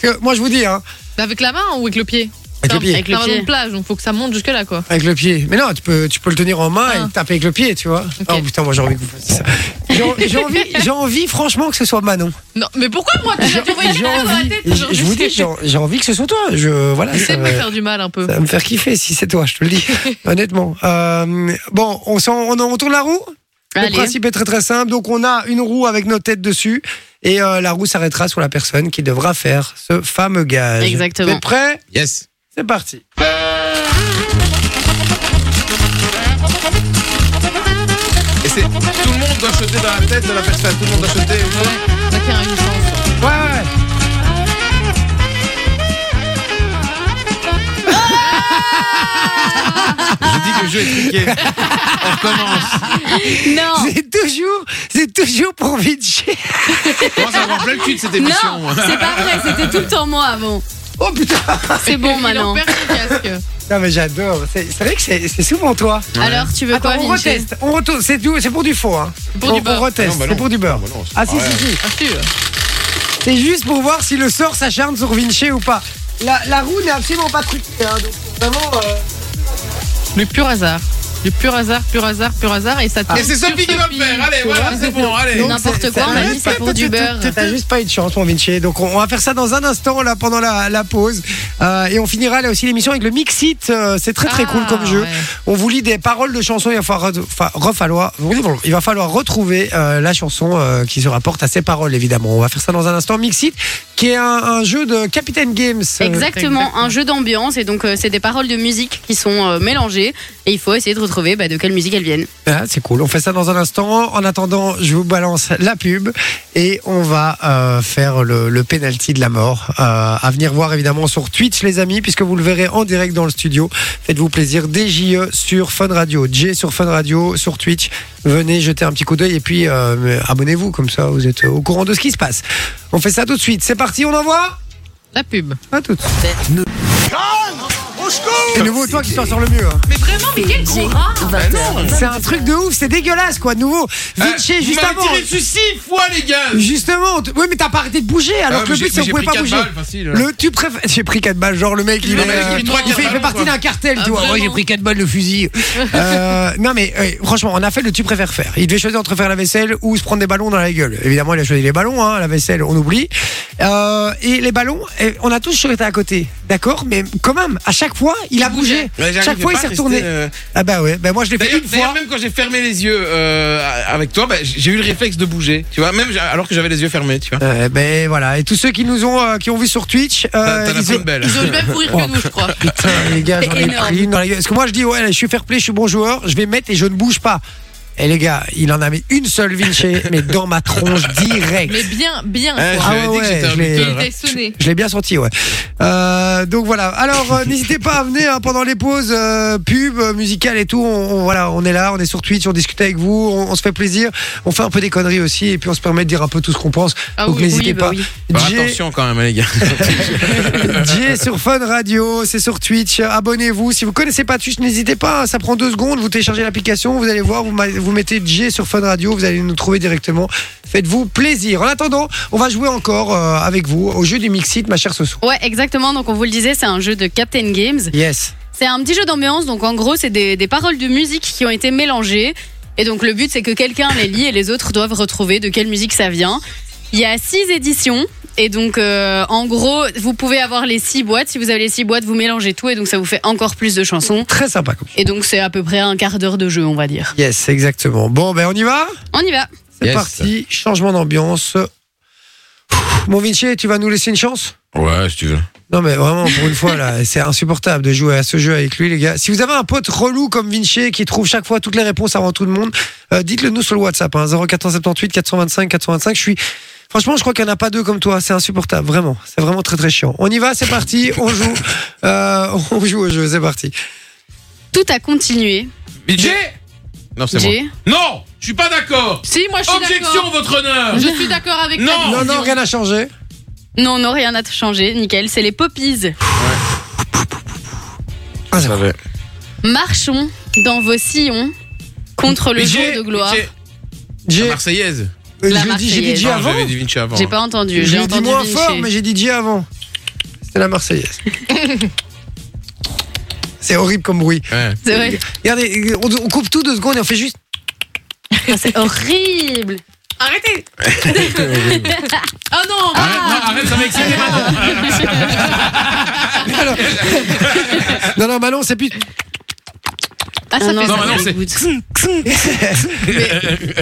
Speaker 2: Parce que moi je vous dis hein,
Speaker 7: Mais Bah, Avec la main ou avec le pied
Speaker 2: avec le
Speaker 7: Non,
Speaker 2: pied,
Speaker 7: Avec
Speaker 4: Avec le
Speaker 7: le
Speaker 4: pied.
Speaker 7: plage, donc faut que ça monte jusque là quoi.
Speaker 2: avec le pied. Mais non, tu peux, tu peux le tenir en main
Speaker 7: Ah.
Speaker 2: et le taper avec le pied, tu vois. Oh putain, moi j'ai envie que vous fassiez ça. J'ai- J'ai envie, j'ai envie franchement que ce soit
Speaker 7: <laughs>
Speaker 2: Manon.
Speaker 7: Non, mais pourquoi moi tu tu voyais
Speaker 2: J'ai
Speaker 7: la dans la
Speaker 2: envie,
Speaker 7: tête
Speaker 2: je,
Speaker 7: aujourd'hui
Speaker 2: je vous dis, j'ai j'ai envie que ce soit toi. Je voilà.
Speaker 7: Tu
Speaker 2: ça
Speaker 7: sais me
Speaker 2: me-
Speaker 7: Ah, faire du mal un peu.
Speaker 2: Ça va me faire kiffer si c'est toi, je te le
Speaker 7: <laughs>
Speaker 2: dis, honnêtement. Euh, bon, on, s'en- on, en- on tourne la roue Le
Speaker 4: Allez.
Speaker 2: principe est très très simple. Donc on a une roue avec nos têtes dessus et euh, la roue s'arrêtera sur la personne qui devra faire ce fameux gage.
Speaker 4: Exactement.
Speaker 2: Vous êtes prêts
Speaker 3: Yes.
Speaker 2: C'est parti.
Speaker 3: Et c'est tout le monde doit jeter dans la tête de la personne. Tout le monde doit jeter.
Speaker 7: Ça fait un sens.
Speaker 2: Ouais, ouais.
Speaker 3: Je dis que le jeu est truqué. On recommence.
Speaker 2: <laughs>
Speaker 4: Non,
Speaker 2: C'est toujours, c'est toujours pour Vinci.
Speaker 3: Moi, ça me rend plein le cul de cette émission.
Speaker 4: non, c'est pas vrai, c'était tout le temps moi avant.
Speaker 2: Oh putain
Speaker 4: C'est bon
Speaker 7: Il en
Speaker 4: maintenant.
Speaker 7: perd son casque.
Speaker 2: Non mais j'adore. C'est c'est vrai que c'est c'est souvent toi.
Speaker 4: Alors tu veux
Speaker 2: Attends,
Speaker 4: quoi,
Speaker 2: on
Speaker 4: Vinci
Speaker 2: reteste. On retourne. C'est du- c'est pour du faux. Hein.
Speaker 7: Pour
Speaker 2: on,
Speaker 7: du beurre.
Speaker 2: on reteste.
Speaker 3: Ah non, bah
Speaker 2: c'est
Speaker 3: non.
Speaker 2: pour du beurre.
Speaker 3: Ah bah non, c'est
Speaker 2: ah
Speaker 3: pas
Speaker 2: si,
Speaker 3: vrai.
Speaker 2: si si
Speaker 7: Ah, si, euh.
Speaker 2: C'est juste pour voir si le sort s'acharne sur Vinci ou pas. La, la roue n'est absolument pas truquée. hein, donc vraiment. euh,
Speaker 7: Le pur hasard. Le pur hasard, pur hasard, pur hasard, et ça tombe
Speaker 3: Et c'est
Speaker 7: sur
Speaker 3: Sophie qui va le faire. Allez, voilà, c'est bon. Allez.
Speaker 2: donc
Speaker 4: n'importe
Speaker 2: c'est-
Speaker 4: quoi,
Speaker 2: ça
Speaker 4: on
Speaker 2: va
Speaker 4: a
Speaker 2: juste
Speaker 4: dit, c'est
Speaker 2: pas-
Speaker 4: pour
Speaker 2: t'as-
Speaker 4: du
Speaker 2: t'as-
Speaker 4: beurre.
Speaker 2: t'as- T'as juste pas eu de chance, mon Vinci. Donc on, on va faire ça dans un instant là pendant la, la pause. Euh, et on finira là aussi l'émission avec le mix it. Euh, c'est très très
Speaker 7: Ah,
Speaker 2: cool comme jeu.
Speaker 7: ouais.
Speaker 2: On vous lit des paroles de chansons. Il va falloir, enfin, refalloir- il va falloir retrouver euh, la chanson euh, qui se rapporte à ces paroles évidemment. On va faire ça dans un instant. Mix it, qui est un, un jeu de Captain Games. euh,
Speaker 4: Exactement, un jeu d'ambiance et donc euh, c'est des paroles de musique qui sont euh, mélangées et il faut essayer de retrouver bah, de quelle musique elles viennent.
Speaker 2: Ah, c'est cool, on fait ça dans un instant. En attendant, je vous balance la pub et on va euh, faire le, le penalty de la mort. Euh, à venir voir évidemment sur Twitch, les amis, puisque vous le verrez en direct dans le studio. Faites-vous plaisir, DJE sur Fun Radio, J sur Fun Radio, sur Twitch. Venez jeter un petit coup d'œil et puis euh, mais abonnez-vous, comme ça vous êtes au courant de ce qui se passe. On fait ça tout de suite, c'est parti, on envoie
Speaker 7: La pub.
Speaker 2: À tout de suite. C'est nouveau toi qui t'en sors le mieux. hein.
Speaker 1: J,
Speaker 3: Bah
Speaker 1: 20h,
Speaker 2: C'est un truc de ouf, c'est dégueulasse quoi, de nouveau. Vinci,
Speaker 3: Eh, vous
Speaker 2: juste
Speaker 3: m'avez
Speaker 2: avant.
Speaker 3: tiré dessus six fois, les gars.
Speaker 2: Justement, t- oui, mais t'as pas arrêté de bouger alors
Speaker 3: Ah,
Speaker 2: que le
Speaker 3: mais
Speaker 2: but
Speaker 3: j'ai-
Speaker 2: c'est
Speaker 3: mais
Speaker 2: qu'on
Speaker 3: j'ai
Speaker 2: pouvait
Speaker 3: pris
Speaker 2: pas
Speaker 3: quatre
Speaker 2: bouger.
Speaker 3: balles, facile.
Speaker 2: le tu préfères. J'ai pris 4 balles, genre le mec il,
Speaker 3: Le
Speaker 2: est, euh,
Speaker 3: mec, il a pris trois,
Speaker 2: il
Speaker 3: quatre
Speaker 2: fait, il fait
Speaker 3: ballons,
Speaker 2: partie
Speaker 3: quoi.
Speaker 2: d'un cartel, tu
Speaker 7: Ah,
Speaker 2: vois.
Speaker 7: vraiment.
Speaker 2: Ouais, j'ai pris 4 balles le
Speaker 3: <laughs>
Speaker 2: fusil. Euh, non mais euh, franchement, on a fait le tu préfères faire. Il devait choisir entre faire la vaisselle ou se prendre des ballons dans la gueule. Évidemment, il a choisi les ballons, hein, la vaisselle, on oublie. Euh, et les ballons, eh, on a tous jeté à côté, d'accord Mais quand même, à chaque fois, il a bougé.
Speaker 3: Ouais, j'arrivais
Speaker 2: Chaque fois,
Speaker 3: pas
Speaker 2: il s'est
Speaker 3: à rester,
Speaker 2: retourné.
Speaker 3: euh,
Speaker 2: Ah bah ouais, bah moi je l'ai fait
Speaker 3: D'ailleurs,
Speaker 2: une
Speaker 3: d'ailleurs,
Speaker 2: fois.
Speaker 3: même quand j'ai fermé les yeux euh, avec toi, bah, j'ai eu le réflexe de bouger. Tu vois, même j'a- alors que j'avais les yeux fermés, tu vois.
Speaker 2: Euh, ben voilà, et tous ceux qui nous ont, euh, qui ont vu sur Twitch, euh,
Speaker 3: T'as- T'en as
Speaker 2: ils
Speaker 3: pris
Speaker 2: ont-
Speaker 3: une belle.
Speaker 7: Ils ont le même
Speaker 2: <laughs>
Speaker 7: rire que nous, je crois.
Speaker 2: Putain, les gars, j'en ai
Speaker 4: énorme.
Speaker 2: pris une dans la gueule. Parce que moi, je dis, ouais, je suis fair play, je suis bon joueur, je vais mettre et je ne bouge pas. Et les gars, il en a mis une seule <laughs> Vinci, mais dans ma tronche direct.
Speaker 7: Mais bien, bien.
Speaker 3: Eh,
Speaker 7: quoi.
Speaker 2: Ah
Speaker 3: J'avais dit
Speaker 2: ouais,
Speaker 3: que j'étais un
Speaker 2: je l'ai-
Speaker 3: buteur,
Speaker 7: Il
Speaker 3: hein.
Speaker 7: était sonné.
Speaker 2: Je l'ai bien senti, ouais. Euh, donc voilà. Alors, euh, n'hésitez pas à venir hein, pendant les pauses euh, pub, euh, musicales et tout. On, on- voilà, on est là, on est sur Twitch, on discute avec vous, on, on se fait plaisir, on fait un peu des conneries aussi, et puis on se permet de dire un peu tout ce qu'on pense.
Speaker 7: Ah
Speaker 2: donc
Speaker 7: oui,
Speaker 2: n'hésitez
Speaker 7: oui, bah
Speaker 2: pas.
Speaker 7: oui.
Speaker 3: Bah,
Speaker 2: Jay-
Speaker 3: attention quand même, les gars.
Speaker 2: Jay sur Fun Radio, c'est sur Twitch. Abonnez-vous. Si vous connaissez pas Twitch, n'hésitez pas. Ça prend deux secondes. Vous téléchargez l'application, vous allez voir, vous, ma- vous mettez Jay sur Fun Radio, vous allez nous trouver directement. Faites-vous plaisir. En attendant, on va jouer encore euh, avec vous au jeu du Mixit, ma chère Soso.
Speaker 4: Ouais, exactement, donc on vous le disait, c'est un jeu de Captain Games.
Speaker 2: Yes.
Speaker 4: C'est un petit jeu d'ambiance, donc en gros, c'est des, des paroles de musique qui ont été mélangées. Et donc le but c'est que quelqu'un les lit et les autres doivent retrouver de quelle musique ça vient. Il y a six éditions. Et donc, euh, en gros, vous pouvez avoir les six boîtes. Si vous avez les six boîtes, vous mélangez tout et donc ça vous fait encore plus de chansons.
Speaker 2: Très sympa comme
Speaker 4: Et donc, c'est à peu près un quart d'heure de jeu, on va dire.
Speaker 2: Yes, exactement. Bon, ben on y va
Speaker 4: On y va.
Speaker 2: C'est
Speaker 3: Yes.
Speaker 2: parti, changement d'ambiance. Ouh, Mon Vinci, tu vas nous laisser une chance
Speaker 3: Ouais, si tu veux.
Speaker 2: Non mais vraiment, pour une fois, là, <laughs> c'est insupportable de jouer à ce jeu avec lui, les gars. Si vous avez un pote relou comme Vinci qui trouve chaque fois toutes les réponses avant tout le monde, euh, dites-le nous sur le WhatsApp, hein, 0478 425 425. Je suis... Franchement, je crois qu'il n'y en a pas deux comme toi. C'est insupportable, vraiment. C'est vraiment très très chiant. On y va, c'est parti, on joue. Euh, <laughs> on joue au jeu, c'est parti.
Speaker 4: Tout a continué.
Speaker 3: Midget Non, c'est moi.
Speaker 4: J'ai-
Speaker 8: Non, je suis pas d'accord.
Speaker 7: Si, moi je suis
Speaker 8: Objection,
Speaker 7: d'accord.
Speaker 8: votre honneur.
Speaker 7: Je suis d'accord avec
Speaker 8: Non.
Speaker 7: toi.
Speaker 2: Non, non, rien n'a changé.
Speaker 4: Oh. Non, non, rien n'a changé. Nickel, c'est les poppies.
Speaker 2: Ah, c'est vrai.
Speaker 4: Marchons dans vos sillons contre le jour
Speaker 3: Midget,
Speaker 4: de gloire.
Speaker 3: Midget, la
Speaker 2: J'ai euh,
Speaker 3: Marseillaise.
Speaker 2: j'ai
Speaker 4: La
Speaker 2: dit j'ai dit
Speaker 4: Marseillaise.
Speaker 2: Jay
Speaker 3: Non,
Speaker 2: avant.
Speaker 3: J'avais dit Vinci avant.
Speaker 4: J'ai pas entendu.
Speaker 2: Je
Speaker 4: J'ai
Speaker 2: l'ai dit
Speaker 4: entendu
Speaker 2: moins
Speaker 4: Vinci.
Speaker 2: fort, mais j'ai dit Jay avant. C'était la Marseillaise. C'est horrible comme bruit.
Speaker 3: Ouais.
Speaker 4: C'est vrai.
Speaker 2: Regardez, on, on coupe tout deux secondes et on fait juste.
Speaker 4: Ah, C'est horrible.
Speaker 7: Arrêtez Oh non
Speaker 8: Arrête, non, arrête, ça m'excite
Speaker 3: <laughs> Oh,
Speaker 8: maintenant.
Speaker 2: Alors- non, non, Manon, c'est plus.
Speaker 7: Ah, ça
Speaker 4: non,
Speaker 7: fait
Speaker 8: Non,
Speaker 7: ça.
Speaker 8: mais non, c'est-
Speaker 4: dégoûte.
Speaker 7: Mais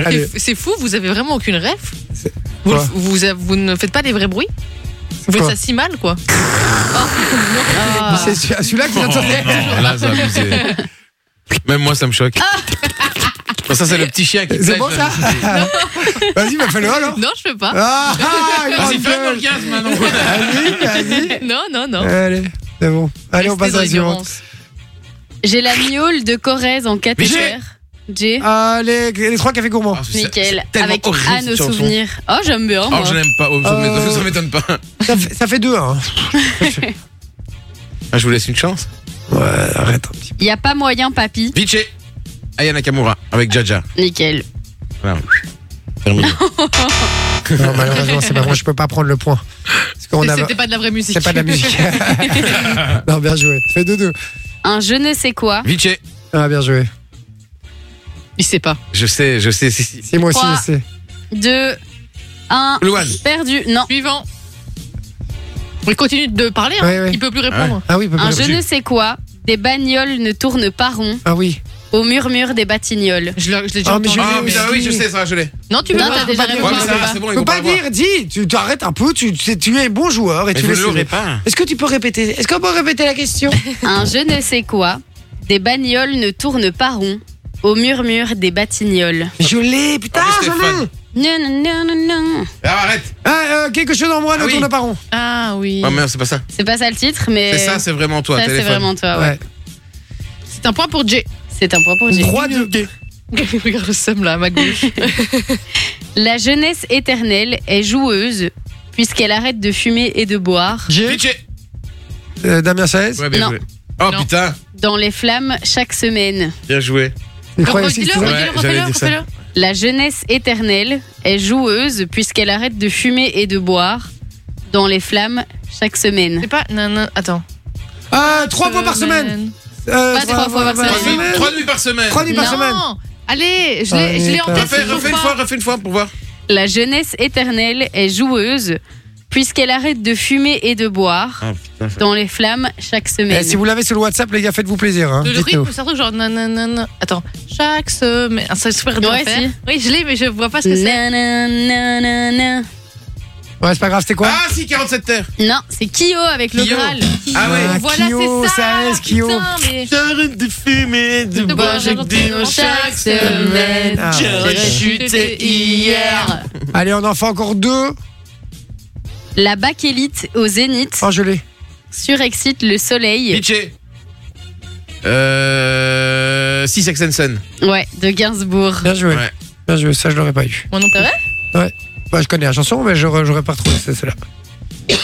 Speaker 2: Allez,
Speaker 7: f- C'est fou, vous avez vraiment aucune rêve. Vous,
Speaker 2: quoi
Speaker 7: vous, vous ne faites pas des vrais bruits Vous faites
Speaker 2: quoi
Speaker 7: ça si mal, quoi.
Speaker 4: Ah.
Speaker 2: c'est celui- à celui-là que vous
Speaker 3: Oh,
Speaker 2: entendez.
Speaker 3: non, là, c'est abusé. Même moi, ça me choque.
Speaker 4: Ah.
Speaker 3: Bon, ça, c'est le petit chien qui
Speaker 2: C'est
Speaker 3: pêche,
Speaker 2: bon
Speaker 3: là.
Speaker 2: ça Vas-y, bah, fais-le alors.
Speaker 7: Non, je peux pas.
Speaker 2: Ah, ah,
Speaker 3: Vas-y,
Speaker 2: grande
Speaker 3: fais un
Speaker 2: gueule.
Speaker 3: orgasme maintenant.
Speaker 2: Vas-y,
Speaker 7: <laughs> Non, non, non.
Speaker 2: vas-y. Allez, c'est bon. Allez, Euh, on
Speaker 7: Restez
Speaker 2: passe
Speaker 7: dans
Speaker 2: à la suivante.
Speaker 7: l'ignorance.
Speaker 4: J'ai la miaule de Corrèze en cathéter. J'ai.
Speaker 2: Allez, Ah, les trois cafés gourmands.
Speaker 3: Ah, c'est-
Speaker 4: Nickel.
Speaker 3: c'est tellement
Speaker 4: Avec
Speaker 3: horrible,
Speaker 4: Anne
Speaker 3: cette
Speaker 4: aux
Speaker 3: chanson.
Speaker 4: souvenirs. Oh, j'aime bien.
Speaker 3: Oh,
Speaker 4: Moi.
Speaker 3: je l'aime pas. Oh, ça m'étonne- ça m'étonne pas.
Speaker 2: Ça fait, ça fait deux, hein.
Speaker 3: Ah, je vous laisse une chance.
Speaker 2: Ouais, arrête un petit
Speaker 4: Y a pas moyen, papy.
Speaker 3: Vinci. Aya Nakamura avec Jaja.
Speaker 4: Nickel.
Speaker 3: Voilà.
Speaker 4: <laughs>
Speaker 3: Terminé.
Speaker 2: peu. Non, malheureusement, c'est pas moi, je peux pas prendre le point. Parce qu'on
Speaker 7: Mais
Speaker 2: a.
Speaker 7: C'était pas de la vraie musique.
Speaker 2: C'est pas de la musique. <laughs> non, bien joué. Ça fait deux, deux.
Speaker 4: Un je ne sais quoi.
Speaker 3: Vinci.
Speaker 2: Ah, bien joué.
Speaker 7: <laughs> Il sait pas.
Speaker 3: Je sais, je sais. Si, si.
Speaker 2: C'est moi aussi,
Speaker 4: Trois.
Speaker 2: je sais.
Speaker 4: Deux. Un.
Speaker 3: Louane.
Speaker 4: Perdu. Non.
Speaker 7: Suivant. Il continue de parler, hein.
Speaker 2: Ouais, ouais.
Speaker 7: il peut plus répondre.
Speaker 2: Ah oui, peut
Speaker 4: Un
Speaker 2: pas-
Speaker 4: je ne sais quoi. Des bagnoles ne tournent pas rond
Speaker 2: Ah oui.
Speaker 4: au murmure des batignolles.
Speaker 7: Je l'ai je l'ai déjà
Speaker 2: Ah, mais
Speaker 7: entendu.
Speaker 2: je l'ai
Speaker 3: Ah, putain, oui, je sais ça, je l'ai.
Speaker 7: Non, tu veux
Speaker 4: Non,
Speaker 7: pas.
Speaker 4: t'as déjà
Speaker 7: Pas de-
Speaker 3: Ouais, mais
Speaker 4: répondu.
Speaker 3: ça va,
Speaker 4: pas.
Speaker 3: c'est bon,
Speaker 2: Tu
Speaker 3: ils vont
Speaker 2: peux
Speaker 3: pas
Speaker 2: pas
Speaker 3: le voir.
Speaker 2: dire, dis, tu t'arrêtes un peu, tu, tu, tu es bon joueur et
Speaker 3: Mais
Speaker 2: tu
Speaker 3: vous
Speaker 2: laisses.
Speaker 3: ne l'aurez pas.
Speaker 2: Est-ce que tu peux répéter Est-ce qu'on peut répéter la
Speaker 3: <laughs>
Speaker 2: question
Speaker 4: Un je ne sais quoi. Des bagnoles ne tournent pas rond au murmure des batignolles.
Speaker 2: Je l'ai, putain,
Speaker 3: Ah, mais
Speaker 2: je l'ai
Speaker 3: Stéphane.
Speaker 4: Non, non, non, non, non.
Speaker 3: Ah, arrête.
Speaker 2: ah, euh, Quelque chose en moi ne
Speaker 3: Ah oui.
Speaker 2: tourne pas rond.
Speaker 7: Ah oui.
Speaker 3: Oh merde, c'est pas ça.
Speaker 4: C'est pas ça le titre, mais.
Speaker 3: C'est ça, c'est vraiment toi,
Speaker 4: ça, c'est
Speaker 3: téléphone.
Speaker 4: vraiment toi, ouais.
Speaker 2: Ouais.
Speaker 7: C'est un point pour Jay. <laughs>
Speaker 4: C'est un point pour Jay.
Speaker 2: Trois de deux.
Speaker 7: Regarde le seum là à ma gauche.
Speaker 4: La jeunesse éternelle est joueuse puisqu'elle arrête de fumer et de boire.
Speaker 2: J'ai
Speaker 3: Vinci.
Speaker 2: euh, Damien Saez.
Speaker 3: Ouais, bien
Speaker 4: Non.
Speaker 3: joué. Oh
Speaker 7: Non.
Speaker 3: putain,
Speaker 4: Dans les flammes chaque semaine.
Speaker 3: bien joué.
Speaker 2: Il
Speaker 7: Donc,
Speaker 2: croyait aussi
Speaker 7: Redis-le,
Speaker 2: que c'était-
Speaker 3: ouais.
Speaker 7: redis-le,
Speaker 3: j'allais
Speaker 7: refais-le,
Speaker 3: dire ça.
Speaker 7: refais-le.
Speaker 4: La jeunesse éternelle est joueuse puisqu'elle arrête de fumer et de boire. Dans les flammes chaque semaine.
Speaker 7: C'est pas. Non, non, attends.
Speaker 2: Ah, trois fois par semaine. Euh,
Speaker 4: Pas trois fois par
Speaker 3: Trois
Speaker 4: semaine.
Speaker 3: nuits, trois nuits par semaine.
Speaker 2: Trois nuits par semaine.
Speaker 7: Non Allez, je
Speaker 2: Allez,
Speaker 7: l'ai- je l'ai en
Speaker 2: t'as-
Speaker 7: tête.
Speaker 3: Refais,
Speaker 7: je
Speaker 3: refais une
Speaker 7: trouve
Speaker 3: fois,
Speaker 7: pas.
Speaker 3: refais une fois pour voir.
Speaker 4: La jeunesse éternelle est joueuse puisqu'elle arrête de fumer et de boire.
Speaker 3: Ah putain.
Speaker 4: Dans les flammes chaque
Speaker 2: Eh,
Speaker 4: semaine.
Speaker 2: si vous l'avez sur le WhatsApp, les gars, faites-vous plaisir. Hein.
Speaker 7: Le
Speaker 2: Dites-nous.
Speaker 7: rythme, c'est un truc genre non, non, non, non. Attends, chaque semaine. Ah, Ça se super bien
Speaker 4: Ouais,
Speaker 7: faire.
Speaker 4: si.
Speaker 7: Oui, je l'ai, mais je vois pas ce que c'est.
Speaker 4: Na, na, na, na, na.
Speaker 2: Ouais, c'est pas grave, c'était quoi
Speaker 3: Ah si, 47 terres.
Speaker 4: Non, c'est Kyo avec le
Speaker 3: Kyo.
Speaker 4: Graal.
Speaker 3: Ah ouais.
Speaker 2: Ah,
Speaker 7: Voilà,
Speaker 2: Kyo,
Speaker 7: c'est ça.
Speaker 2: Saez, Kyo.
Speaker 7: Putain, mais.
Speaker 3: J'arrête de fumer, de
Speaker 7: De boire, j'ai dit non, chaque semaine.
Speaker 2: Ah,
Speaker 3: J'ai
Speaker 2: ouais.
Speaker 3: rechuté hier.
Speaker 2: Allez, on en fait encore deux.
Speaker 4: La bakélite au zénith
Speaker 2: Oh, je l'ai.
Speaker 4: surexcite le soleil.
Speaker 3: Pitché. Euh. Six Sex and Sun.
Speaker 4: Ouais, de Gainsbourg.
Speaker 2: Bien joué.
Speaker 3: Ouais.
Speaker 2: Bien joué, ça, je l'aurais pas eu.
Speaker 7: Moi non plus.
Speaker 2: Bah, je connais la chanson, mais j'aurais j'aurais pas retrouvé c'est celle-là.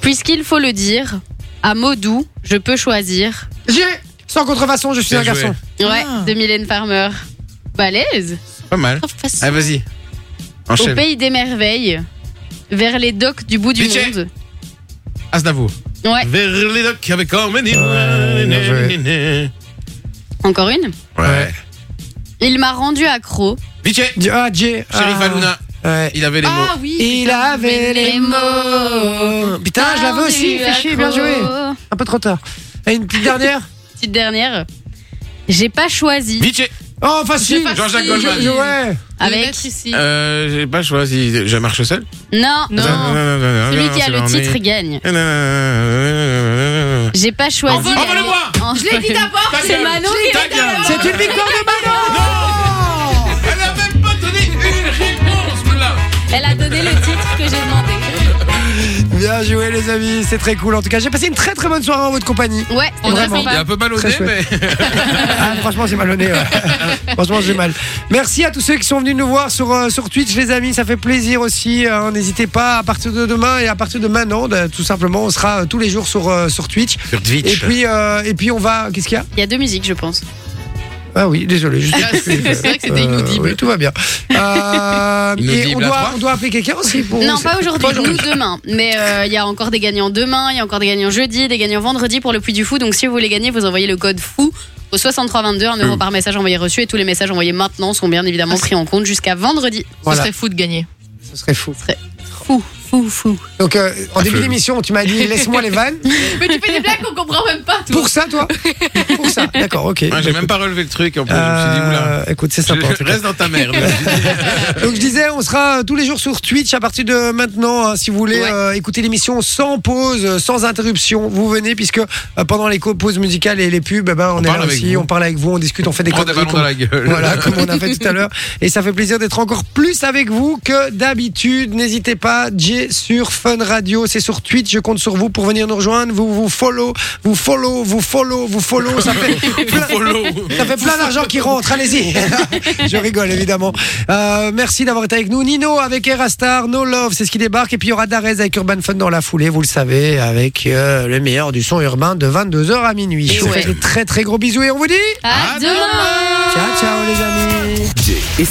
Speaker 4: Puisqu'il faut le dire, à mots doux, je peux choisir.
Speaker 2: J'ai Sans contrefaçon, je suis
Speaker 3: Bien
Speaker 2: un
Speaker 3: joué.
Speaker 2: garçon.
Speaker 4: Ouais,
Speaker 7: Ah.
Speaker 4: de Mylène Farmer. Balèze.
Speaker 3: Pas mal. Ah vas-y.
Speaker 4: Au
Speaker 3: Enchaîne.
Speaker 4: pays des merveilles, vers les docks du bout du
Speaker 3: Bitché.
Speaker 4: monde.
Speaker 3: Aznavour.
Speaker 4: Ouais,
Speaker 3: Vers les docks avec Arménie.
Speaker 2: Ouais, bien joué.
Speaker 3: Ouais.
Speaker 4: encore une.
Speaker 2: Ouais.
Speaker 4: Il m'a rendu accro.
Speaker 3: Vichy,
Speaker 2: Du- Ah, Jay.
Speaker 3: Sheriff
Speaker 2: ah,
Speaker 3: Hanouna,
Speaker 2: ouais.
Speaker 3: il avait les mots.
Speaker 7: Ah oui.
Speaker 2: Il
Speaker 7: putain,
Speaker 2: avait les mots. Putain, je la veux aussi. Fais chier, bien joué. Un peu trop tard. Et une petite <laughs> dernière
Speaker 4: Petite dernière. J'ai pas choisi.
Speaker 3: Vichy,
Speaker 2: Oh, facile.
Speaker 7: J'ai
Speaker 3: Jean-Jacques
Speaker 2: Je-
Speaker 3: Goldman.
Speaker 2: je- ouais.
Speaker 7: Avec.
Speaker 4: Avec.
Speaker 7: Mettre ici.
Speaker 3: Euh, j'ai pas choisi. Je marche seul
Speaker 4: Non.
Speaker 7: Non.
Speaker 3: Ah
Speaker 4: Celui qui a le titre gagne.
Speaker 3: Envole-moi
Speaker 4: J'ai pas choisi. En-
Speaker 7: Je l'ai dit d'abord.
Speaker 3: Ta
Speaker 4: C'est
Speaker 3: gueule.
Speaker 4: Manon qui
Speaker 3: Ta gueule.
Speaker 2: C'est une victoire de Manon.
Speaker 3: Elle a même pas donné une réponse, là
Speaker 4: Elle a donné le titre que j'ai demandé.
Speaker 2: Bien joué, les amis. C'est très cool. En tout cas, j'ai passé une très très bonne soirée en votre compagnie.
Speaker 4: Ouais,
Speaker 7: On
Speaker 4: vraiment.
Speaker 7: vraiment.
Speaker 3: Il a un peu mal au
Speaker 2: bah, Très
Speaker 3: nez, mais.
Speaker 2: Ah, franchement, j'ai mal au nez.
Speaker 3: <laughs>
Speaker 2: ouais. franchement, j'ai mal. Merci à tous ceux qui sont venus nous voir sur, euh, sur Twitch, les amis. Ça fait plaisir aussi. hein. N'hésitez pas à partir de demain et à partir de maintenant, de- tout simplement, on sera euh, tous les jours sur, euh, sur Twitch.
Speaker 3: Sur
Speaker 2: Et
Speaker 3: Twitch.
Speaker 2: puis, euh, et puis on va. Qu'est-ce qu'il y a
Speaker 4: Il y a deux musiques, je pense.
Speaker 2: Ah oui, désolé. juste-
Speaker 7: Ah, c'est- c'est vrai que c'était
Speaker 2: Euh,
Speaker 7: inaudible.
Speaker 2: oui, tout va
Speaker 3: <laughs>
Speaker 2: bien. Euh, et
Speaker 3: Inaudible
Speaker 2: on
Speaker 3: à
Speaker 2: doit,
Speaker 3: trois
Speaker 2: on doit appeler quelqu'un aussi pour.
Speaker 4: non, pas aujourd'hui, nous demain. Mais euh, il y a encore des gagnants demain, il y a encore des gagnants jeudi, des gagnants vendredi pour le Puy du Fou. Donc si vous voulez gagner, vous envoyez le code FOU au 6322, 1
Speaker 7: Hmm.
Speaker 4: euro par message envoyé reçu. Et tous les messages envoyés maintenant sont bien
Speaker 7: Ah,
Speaker 4: évidemment pris en compte jusqu'à vendredi.
Speaker 2: Voilà.
Speaker 7: Ce serait fou de gagner.
Speaker 2: Ce serait fou.
Speaker 4: Fou, fou, fou.
Speaker 2: Donc, euh, en début d'émission, tu m'as dit laisse-moi les
Speaker 3: <laughs>
Speaker 2: vannes.
Speaker 7: Mais tu fais des blagues qu'on comprend même pas.
Speaker 2: Pour ça, toi Pour ça. D'accord, ok.
Speaker 3: Ah, J'ai même pas relevé le truc en plus. Je me suis dit, oula.
Speaker 2: Euh, écoute, c'est
Speaker 3: <laughs>
Speaker 2: sympa. en
Speaker 3: Je-
Speaker 2: tout cas.
Speaker 3: Reste dans ta
Speaker 2: <laughs>
Speaker 3: merde.
Speaker 2: Donc je disais, on sera euh, tous les jours sur Twitch à partir de maintenant. hein, si vous voulez
Speaker 7: Ouais.
Speaker 2: euh, écouter l'émission sans pause, euh, sans interruption, vous venez puisque euh, pendant les co- pauses musicales et les pubs, eh ben, on, est
Speaker 3: parle
Speaker 2: là
Speaker 3: avec
Speaker 2: aussi,
Speaker 3: vous.
Speaker 2: on parle avec vous, on discute, on fait des
Speaker 3: Prends des
Speaker 2: conneries
Speaker 3: ballons
Speaker 2: comme-
Speaker 3: dans la gueule.
Speaker 2: Voilà, comme on a fait tout à l'heure. Et ça fait plaisir d'être encore plus avec vous que d'habitude. N'hésitez pas, Jay sur Fun Radio, c'est sur Twitch, je compte sur vous pour venir nous rejoindre. Vous vous follow, vous follow, vous follow, vous follow. Ça
Speaker 3: <laughs>
Speaker 2: fait plein,
Speaker 3: Follow.
Speaker 2: ça fait plein d'argent qui rentre, allez-y. Je rigole évidemment. Euh, merci d'avoir été avec nous. Nino avec Erastar, No Love, c'est ce qui débarque. Et puis il y aura Darez avec Urban Fun dans la foulée, vous le savez, avec euh, le meilleur du son urbain de 22h à minuit.
Speaker 4: Et
Speaker 2: Je vous
Speaker 4: ouais. Ah.
Speaker 2: fais des très très gros bisous et on vous dit
Speaker 4: À demain
Speaker 2: ciao ciao les amis.
Speaker 5: Jay et